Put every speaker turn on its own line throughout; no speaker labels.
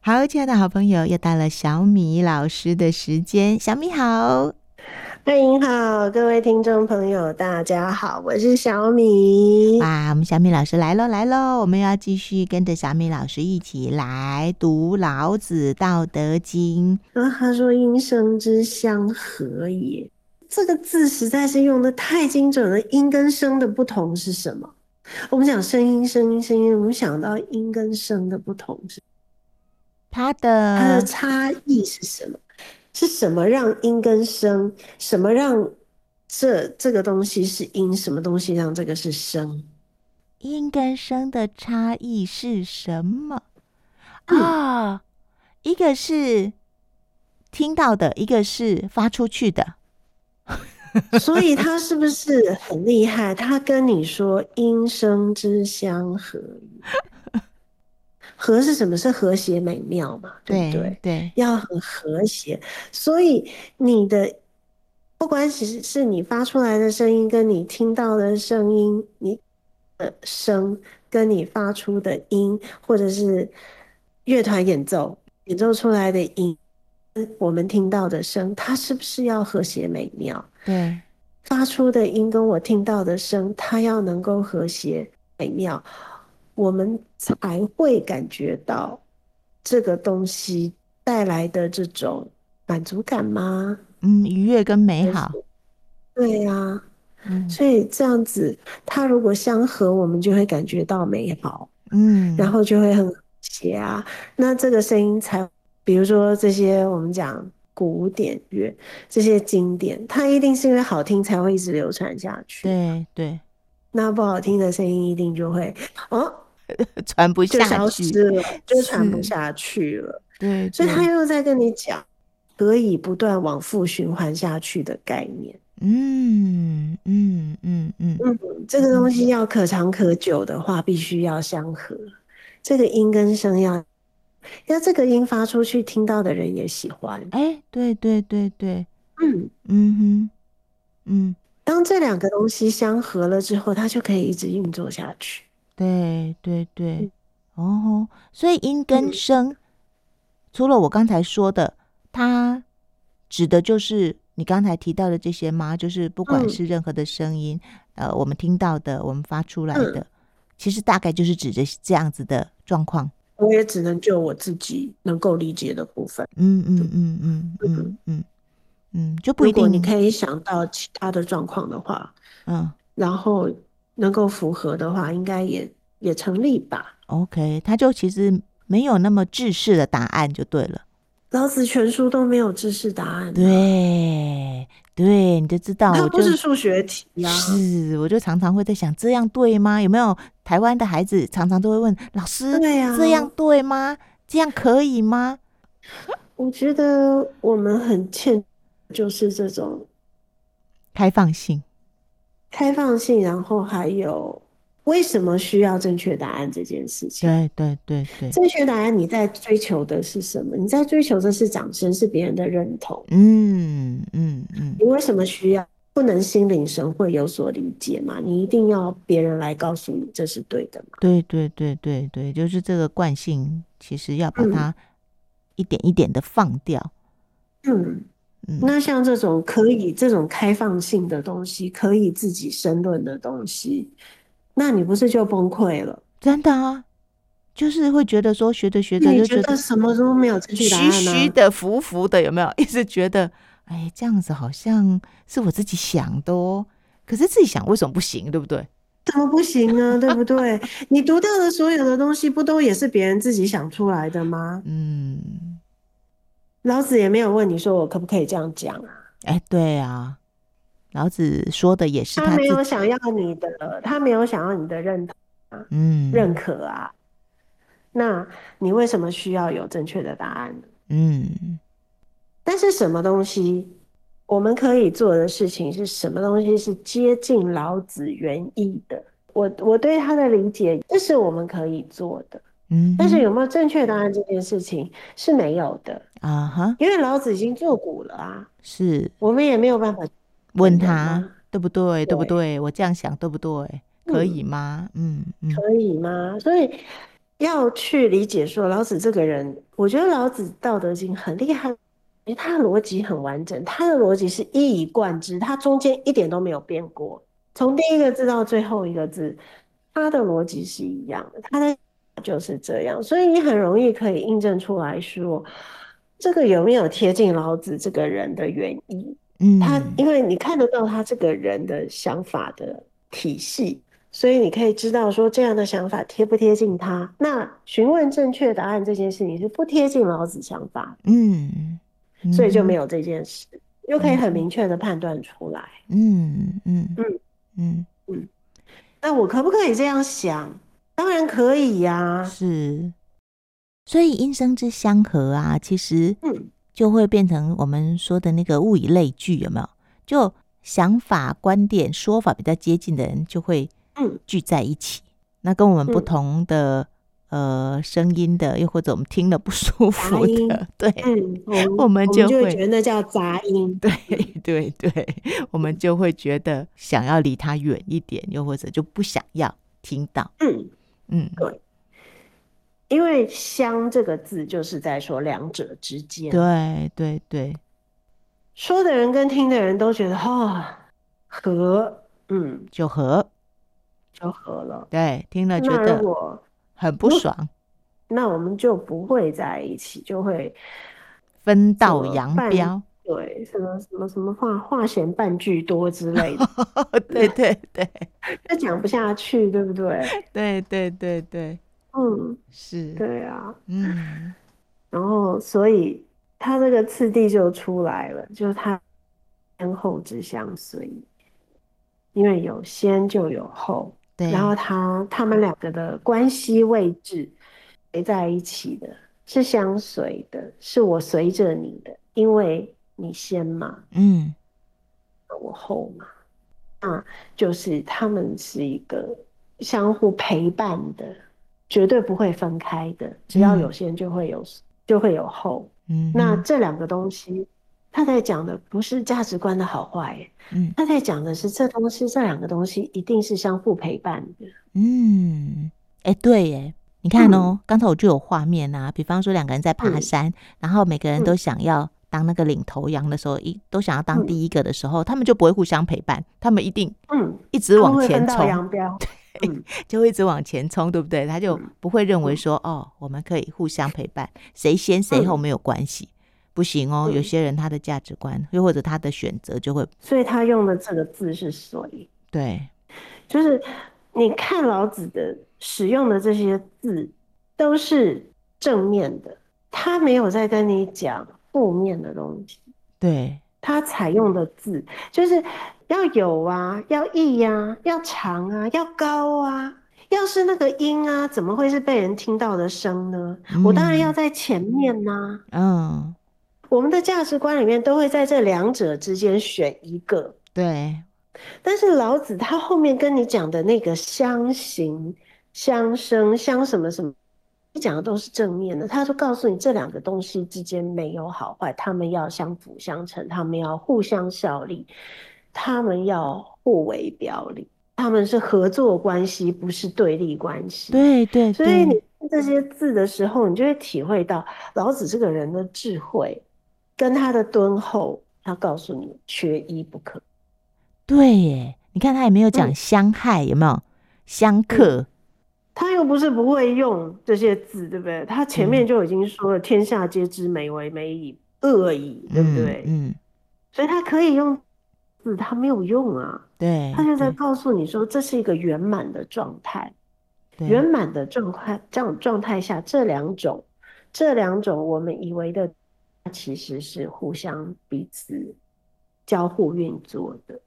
好，亲爱的好朋友，又到了小米老师的时间。小米好，
嗨，您好，各位听众朋友，大家好，我是小米。啊
哇，我们小米老师来喽来喽！我们要继续跟着小米老师一起来读《老子·道德经》。
然后他说：“音声之相和也。”这个字实在是用的太精准了。音跟声的不同是什么？我们讲声音，声音，声音，我们想到音跟声的不同是
它
它的
的
差异是什么？是什么让音跟声？什么让这这个东西是音？什么东西让这个是声？
音跟声的差异是什么
嗯
啊、一个是听到的，一个是发出去的。
所以他是不是很厉害？他跟你说“音声之相和也”，和是什么？是和谐美妙嘛，对
对
不对？
对，
要很和谐，所以你的不管其实是你发出来的声音，跟你听到的声音，你的声跟你发出的音，或者是乐团演奏演奏出来的音，我们听到的声，它是不是要和谐美妙？
对，
发出的音跟我听到的声，它要能够和谐美妙，我们才会感觉到这个东西带来的这种满足感吗？
嗯，愉悦跟美好，
对呀、
嗯
所以这样子，它如果相合，我们就会感觉到美好，
嗯，
然后就会很和谐啊。那这个声音才，比如说这些我们讲古典乐这些经典，它一定是因为好听才会一直流传下去。
对对，
那不好听的声音一定就会哦，
传不
就
下
消
去，
失 了，就传不
是嗯
下去了。
对，
所以
对
他又在跟你讲，可以不断往复循环下去的概念。
嗯嗯嗯嗯，
嗯，这个东西要可长可久的话，必须要相合。这个音跟声要，要这个音发出去，听到的人也喜欢。
哎，对对对对，
嗯，
嗯哼，嗯，
当这两个东西相合了之后，它就可以一直运作下去。
对对对
嗯，
哦吼，所以音跟
嗯
声，除了我刚才说的，它指的就是你刚才提到的这些吗？就是不管
嗯
是任何的声音，呃，我们听到的，我们发出来
嗯
的，其实大概就是指着这样子的状况。
我也只能就我自己能够理解的部分。
嗯嗯嗯嗯嗯嗯嗯，就不一
如果
定，
你可以想到其他的状况的话，
嗯
然后能够符合的话，应该也也成立吧。
，OK，它就其实没有那么制式的答案就对了。
老子全书都没有知识答案啊，
对对，你就知道，
它
啊我
啊不
就是
数学题呀、
是，我就常常会在想，这样对吗？有没有台湾的孩子常常都会问老师，
对啊呀
这样对吗？这样可以吗？
我觉得我们很欠就是这种
开放性，
开放性，然后还有为什么需要正确答案这件事情。
对对对对，
正确答案你在追求的是什么？你在追求的是掌声，是别人的认同。
嗯嗯嗯，
你为什么需要？不能心领神会有所理解嘛？你一定要别人来告诉你这是对的嘛？
对对对对对，就是这个惯性，其实要把
嗯
它一点一点的放掉。
嗯，
嗯，
那像这种可以这种开放性的东西，可以自己申论的东西，那你不是就崩溃了？
真的啊，就是会觉得说学着学着
你
就
觉
觉
得
得
什么都没有正确答
虚
案呢、啊
虚的、浮浮的，有没有？ 一直觉得，哎，这样子好像是我自己想的哦。可是自己想为什么不行，对不对？
怎么不行呢？对不对？你读到的所有的东西，不都也是别人自己想出来的吗？
嗯，
老子也没有问你说我可不可以这样讲啊，
哎，对啊，老子说的也是
他
他
没
自
有
己，
想要你的，他没有想要你的认同
嗯，
认可啊。那你为什么需要有正确的答案呢？
嗯，
但是什么东西，我们可以做的事情是什么东西是接近老子原意的？我我对他的理解，这是我们可以做的。
嗯，
但是有没有正确答案这件事情是没有的，
啊哈，
因为老子已经作古了啊，
是
我们也没有办法
问
懂
他
吗
对不对，对不
对
对？我这样想对不对？可以吗？嗯嗯
可以吗？所以要去理解说老子这个人，我觉得老子《道德经》很厉害，因为他的逻辑很完整，他的逻辑是一以贯之，他中间一点都没有变过，从第一个字到最后一个字，他的逻辑是一样的，他的就是这样，所以你很容易可以印证出来说，这个有没有贴近老子这个人的原意。
嗯，
他因为你看得到他这个人的想法的体系，所以你可以知道说这样的想法贴不贴近他。那询问正确答案这件事情是不贴近老子想法，
嗯，
所以就没
有，
有这件事，又可以很明确的判断出来。
嗯嗯
嗯
嗯
那我可不可以这样想？当然可以呀、
嗯，是。所以音声之相合啊，其实
嗯，
就会变成我们说的那个物以类聚，有没有？就想法、观点、说法比较接近的人，就会
嗯
聚在一起。那跟我们不
嗯
同的、呃声音的，又或者我们听了不舒服
音
的，对，
嗯，我们
我们
我
就
们就
会
会觉得那叫杂音。
对对对，我们就会觉得想要离他远一点，又或者就不想要听到。
嗯，
嗯，
因为“相”这个字就是在说两者之间。
对对对，
说的人跟听的人都觉得哦，和，嗯，
就和
就和了。
对听了觉
那如
得
果
很不
如
爽，
那我们就不会在一起，就会
分道
么
扬
办
镳。，
对什么什么什么话话嫌半句多之类的
对对对
那讲不下去，对 不 对？
对对对对，
嗯，
是，
对啊。
嗯
然后所以他这个次第就出来了，就是他先后之相随，因为有先就有后。
对，
然后他他们两个的关系位置没在一起的，是相随的，是我随着你的，因为你先嘛，
嗯
我后嘛，啊，就是他们是一个相互陪伴的，绝对不会分开的，只要有先就会有、就会有后。
嗯，
那
嗯
这两个东西，他在讲的不是价值观的好坏耶，
嗯
他在讲的是这东西，这两个东西一定是相互陪伴的。
嗯，哎、对耶，你看
嗯
哦，刚才我就有画面啊，比方说两个人在爬
嗯
山，然后每个人
嗯
都想要当那个领头羊的时候，一都想要当
嗯
第一个的时候，他们就不会互相陪伴，他们一定
嗯，
一直
他
往
们会
前
分道
冲，
扬镳。 嗯，
就会一直往前冲，对不对？他就
嗯
不会认为
嗯
说，哦，我们可以互相陪伴，谁先谁后
嗯
没有关系。不行哦，有
嗯
些人他的价值观，又或者他的选择就会
所以他用的这个字是“随
对，”，
就是你看老子的使用的这些字都是正面的，他没有在跟你讲负面的东西。
对，
他采用的字就是要有啊，要易呀、要长啊，要高啊。要是那个音啊，怎么会是被人听到的声呢？我当
嗯
然要在前面呐、
嗯，
我们的价值观里面都会在这两者之间选一个。
对，
但是老子他后面跟你讲的那个相形、相生、相什么什么，你讲的都是正面的。他就告诉你这两个东西之间没有好坏，他们要相辅相成，他们要互相效力，他们要互为表里，他们是合作关系，不是对立关系。
对对
所以
对，
你看这些字的时候，你就会体会到老子这个人的智慧，跟他的敦厚，他告诉你缺一不可。
对耶，你看他也没有讲
嗯
相害，有没有？相克，
他又不是不会用这些字，对不对？他前
嗯
面就已经说了“天下皆知美为美矣，恶已”，对不对？
嗯，嗯
所以他可以用字，他没有用啊，
嗯对，
他就在
对
告诉你说这是一个圆满的状态，
对
圆满的状态，这样状态下这两种，这两种我们以为的，其实是互相彼此交互运作的，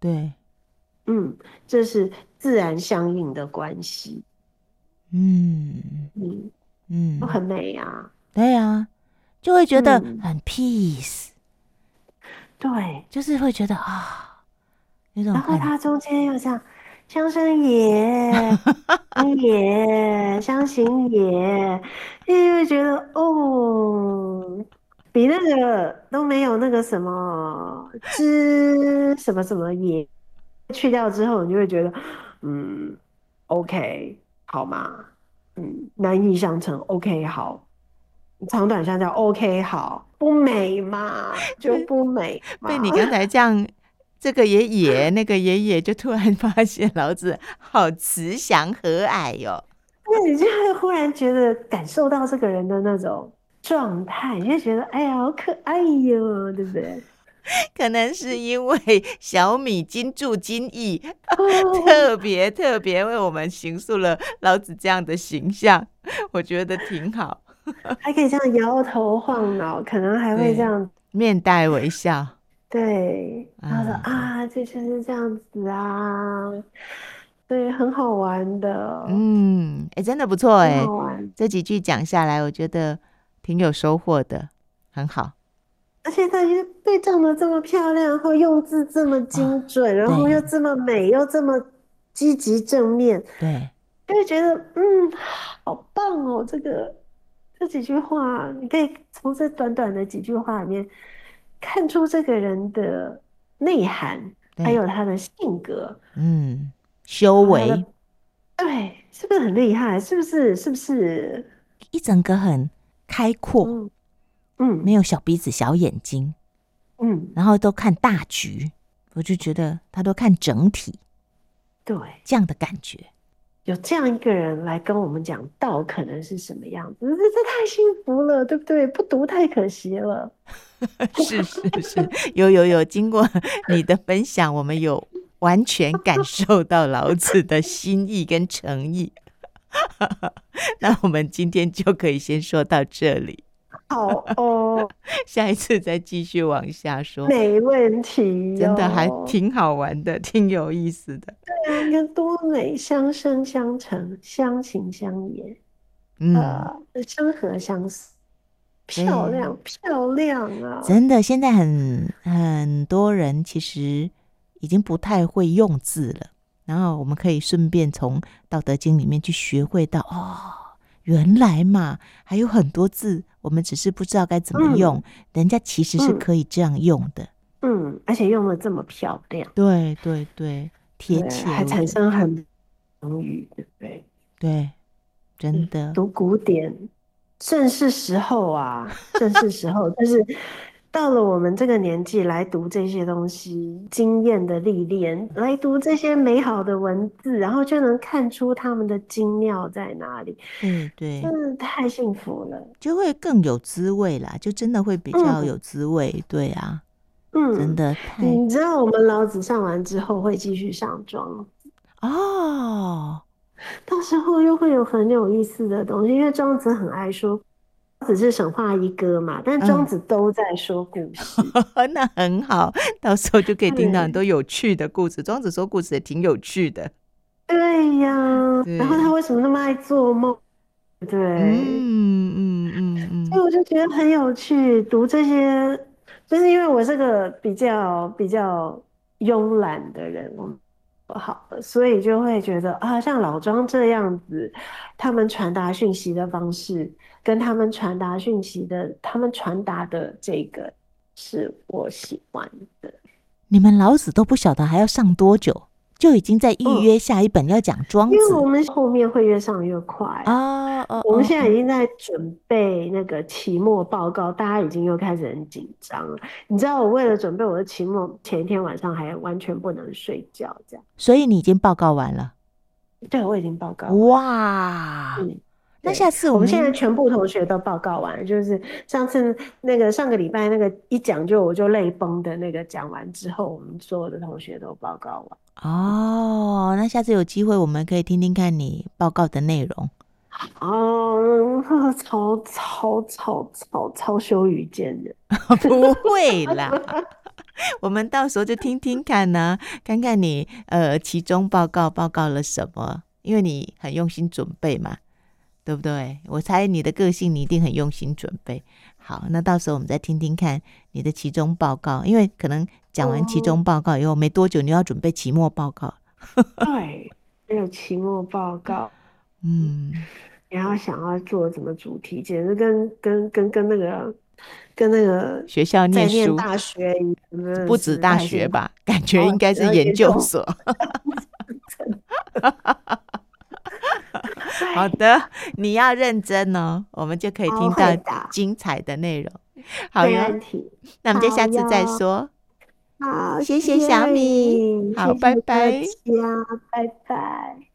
对，
嗯，这是自然相应的关系，
嗯
嗯，
嗯
都，很美啊，
对啊，就会觉得
嗯
很 peace，
对。
就是会觉得啊，有种
然后
很
它中间又这样，相 生也，也相形也，就会觉得哦，比那个都没有那个什么之什么什么也去掉之后，你就会觉得嗯，OK，好嘛，嗯，难以相成。OK，好，长短相交。OK，好，不美嘛，就不美嘛。
被你刚才这样，这个也 野，那个也野，就突然发现老子好慈祥和蔼哟、
那你就会忽然觉得感受到这个人的那种状态，你就觉得哎呀，好可爱哟，对不对？
哎可能是因为 小米金柱金翼
哦，
特别特别为我们形塑了老子这样的形象，我觉得挺好，
还可以这样摇头晃脑，可能还会
对
这样
面带微 笑。
对，然后说
啊
啊，这就是这样子啊，对，很好玩的，
嗯，哎、真的不错哎、
很好玩。
这几句讲下来，我觉得挺有收获的，很好。
而且她就对仗的这么漂亮，然后用字这么精准，然后
啊对
又这么美，又这么积极正面，
对，
就会觉得嗯，好棒哦！这个这几句话，你可以从这短短的几句话里面看出这个人的内涵，还
对
有他的性格，
嗯，修
哎还有他的
为
对，是不是很厉害？是不是？是不是？
一整个很开阔，
嗯嗯
没有小鼻子小眼睛，
嗯，
然后都看大局，我就觉得他都看整体
对，
这样的感觉。
有这样一个人来跟我们讲道可能是什么样子，这这太幸福了，对不对？不读太可惜了。
是是是， 有有有，经过你的分享，我们有完全感受到老子的心意跟诚意。 那我们今天就可以先说到这里，
好 哦，
下一次再继续往下说，
没问题哦
真的还
哟
挺好玩的，挺有意思的。
对啊，应该多美，相生相成，相情相也，
嗯，
呃，相和相思，
对
漂亮漂亮啊！
真的，现在很很多人其实已经不太会用字了，然后我们可以顺便从《道德经》里面去学会到哦，原来嘛，还有很多字我们只是不知道该怎么
嗯
用，人家其实是
嗯
可以这样用的。
嗯，而且用的这么漂亮，
对对对，贴
对，啊
切，
还
我
产
觉得
生很成语，对不对？
对，真的，
读古典，正是时候啊，正是时候，就是到了我们这个年纪来读这些东西，经验的历练，来读这些美好的文字，然后就能看出他们的精妙在哪里，
对对，
真的太幸福了。
就会更有滋味啦，就真的会比较
嗯
有滋味。对啊，
嗯，
真。的太
你知道我们老子上完之后会继续上妆，
哦。
到时候又会有很有意思的东西，因为庄子很爱说，庄子是神话一哥嘛，但
嗯
庄子都在说故 事。
那很好，到时候就可以听到很
对
多有趣的故事。庄子说故事也挺有趣的，
对呀，然后
对
他为什么那么爱做梦？对，
嗯嗯嗯
所以
嗯，
我就觉得很有趣，读这些，就是因为我是个比较比较慵懒的人，我不好了，所以就会觉得啊，像老庄这样子，他们传达讯息的方式，跟他们传达讯息的，他们传达的这个是我喜欢的。
你们老子都不晓得还要上多久，就已经在预
嗯
约下一本要讲庄
因为
子
我们后面会越上越快
啊哦，
我们
哦
现在已经在准备那个期末报告，大家已经又开始很紧张了。你知道，我为了准备我的期末，前一天晚上还完全不能睡觉，这样。
所以你已经报告完了，
对，我已经报告完。
哇！
嗯，
那
对
下次
我
我
们
们
现在全部同学都报告完了，就是上次那个上个礼拜那个一讲就我就泪崩的那个讲完之后，我们所有的同学都报告完。
哦，那下次有机会我们可以听听看你报告的内容。
哦，超超超超超羞于见人。
不会啦， 我们到时候就听听看呢、看看你呃其中报告报告了什么，因为你很用心准备嘛，对不对？我猜你的个性你一定很用心准备。好，那到时候我们再听听看你的期中报告，因为可能讲完期中报告以后、没多久，你又要准备期末报告。
对，还有期末报告，
嗯，
然后想要做什么主题，简直跟跟跟跟那个跟那个
学校
在
念
念
书
大学一样，真的
不止
是
大
太
学
辛苦
吧，感觉
哦
应该是
只要
研
研
究
究
所。好的，你要认真哦，我们就可以
好
听
会
到
答
精彩的内容。好
没
哟，
问题。
那我们就下次再
好哟
说。
好，
谢谢小米
Jerry，
好
谢
拜
谢
拜
大家，拜拜。